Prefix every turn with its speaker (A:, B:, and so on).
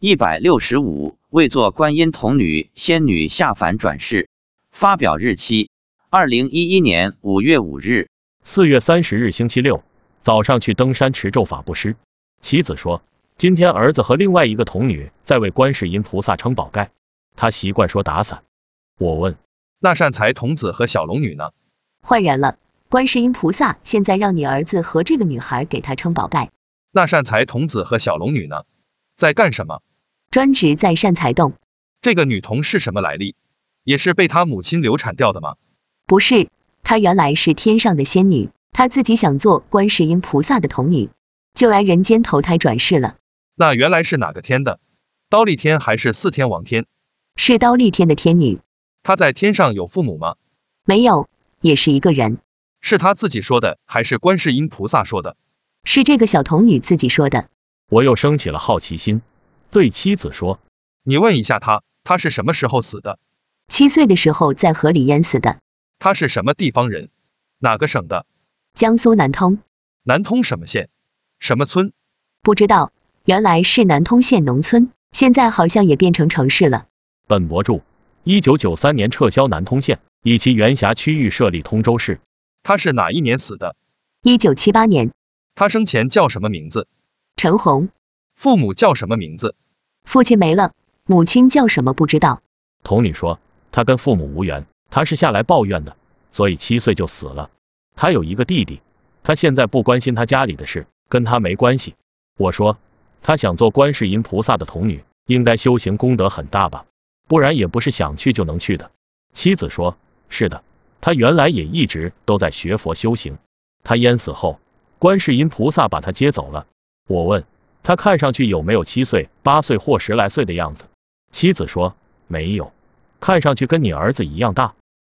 A: 一百六十五为做观音童女仙女下凡转世。发表日期：二零一一年五月五日。
B: 四月三十日星期六早上去登山持咒法布施。妻子说，今天儿子和另外一个童女在为观世音菩萨撑宝盖，他习惯说打伞。我问，
C: 那善财童子和小龙女呢？
D: 换人了，观世音菩萨现在让你儿子和这个女孩给他撑宝盖，
C: 那善财童子和小龙女呢？在干什么？
D: 专职在善财洞，
C: 这个女童是什么来历？也是被她母亲流产掉的吗？
D: 不是，她原来是天上的仙女，她自己想做观世音菩萨的童女，就来人间投胎转世了，
C: 那原来是哪个天的？刀立天还是四天王天？
D: 是刀立天的天女，
C: 她在天上有父母吗？
D: 没有，也是一个人，
C: 是她自己说的，还是观世音菩萨说的？
D: 是这个小童女自己说的。
B: 我又升起了好奇心，对妻子说，
C: 你问一下她，她是什么时候死的？
D: 七岁的时候在河里淹死的，
C: 她是什么地方人？哪个省的？
D: 江苏南通，
C: 南通什么县？什么村？
D: 不知道，原来是南通县农村，现在好像也变成城市了。
B: 本博著，一九九三年撤销南通县，以其原辖区域设立通州市。
C: 她是哪一年死的？
D: 一九七八年，
C: 她生前叫什么名字？
D: 陈红，
C: 父母叫什么名字？
D: 父亲没了，母亲叫什么不知道。
B: 童女说，她跟父母无缘，她是下来抱怨的，所以七岁就死了。她有一个弟弟，她现在不关心她家里的事，跟她没关系。我说，她想做观世音菩萨的童女，应该修行功德很大吧，不然也不是想去就能去的。妻子说，是的，她原来也一直都在学佛修行。她淹死后，观世音菩萨把她接走了。我问她看上去有没有七岁、八岁或十来岁的样子，妻子说没有，看上去跟你儿子一样大。